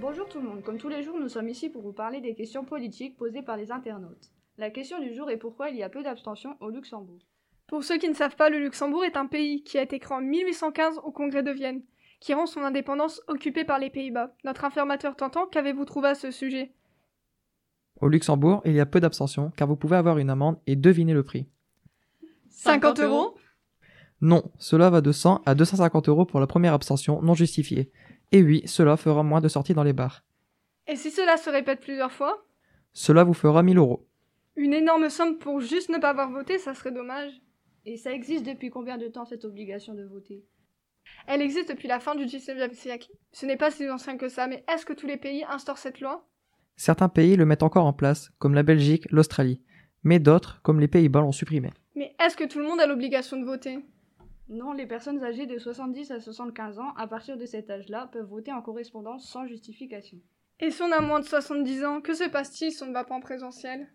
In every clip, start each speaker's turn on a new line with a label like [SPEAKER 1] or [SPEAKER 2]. [SPEAKER 1] Bonjour tout le monde. Comme tous les jours, nous sommes ici pour vous parler des questions politiques posées par les internautes. La question du jour est pourquoi il y a peu d'abstention au Luxembourg.
[SPEAKER 2] Pour ceux qui ne savent pas, le Luxembourg est un pays qui a été créé en 1815 au Congrès de Vienne, qui rend son indépendance occupée par les Pays-Bas. Notre informateur Tantan, qu'avez-vous trouvé à ce sujet
[SPEAKER 3] Au Luxembourg, il y a peu d'abstention car vous pouvez avoir une amende et deviner le prix.
[SPEAKER 2] 50 euros
[SPEAKER 3] Non, cela va de 100 à 250 euros pour la première abstention non justifiée. Et oui, cela fera moins de sorties dans les bars.
[SPEAKER 2] Et si cela se répète plusieurs fois
[SPEAKER 3] Cela vous fera 1000 euros.
[SPEAKER 2] Une énorme somme pour juste ne pas avoir voté, ça serait dommage.
[SPEAKER 1] Et ça existe depuis combien de temps cette obligation de voter
[SPEAKER 2] Elle existe depuis la fin du 19e siècle. Ce n'est pas si ancien que ça, mais est-ce que tous les pays instaurent cette loi
[SPEAKER 3] Certains pays le mettent encore en place, comme la Belgique, l'Australie. Mais d'autres, comme les Pays-Bas, l'ont supprimé.
[SPEAKER 2] Mais est-ce que tout le monde a l'obligation de voter
[SPEAKER 1] Non, les personnes âgées de 70 à 75 ans, à partir de cet âge-là, peuvent voter en correspondance sans justification.
[SPEAKER 2] Et si on a moins de 70 ans, que se passe-t-il si on ne va pas en présentiel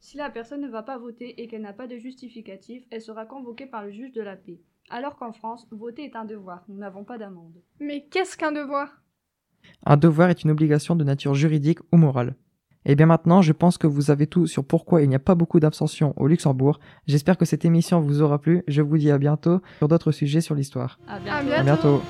[SPEAKER 1] Si la personne ne va pas voter et qu'elle n'a pas de justificatif, elle sera convoquée par le juge de la paix. Alors qu'en France, voter est un devoir, nous n'avons pas d'amende.
[SPEAKER 2] Mais qu'est-ce qu'un devoir
[SPEAKER 3] Un devoir est une obligation de nature juridique ou morale. Et bien maintenant, je pense que vous avez tout sur pourquoi il n'y a pas beaucoup d'abstention au Luxembourg. J'espère que cette émission vous aura plu. Je vous dis à bientôt sur d'autres sujets sur l'histoire.
[SPEAKER 1] À
[SPEAKER 2] À
[SPEAKER 1] bientôt.
[SPEAKER 3] À bientôt.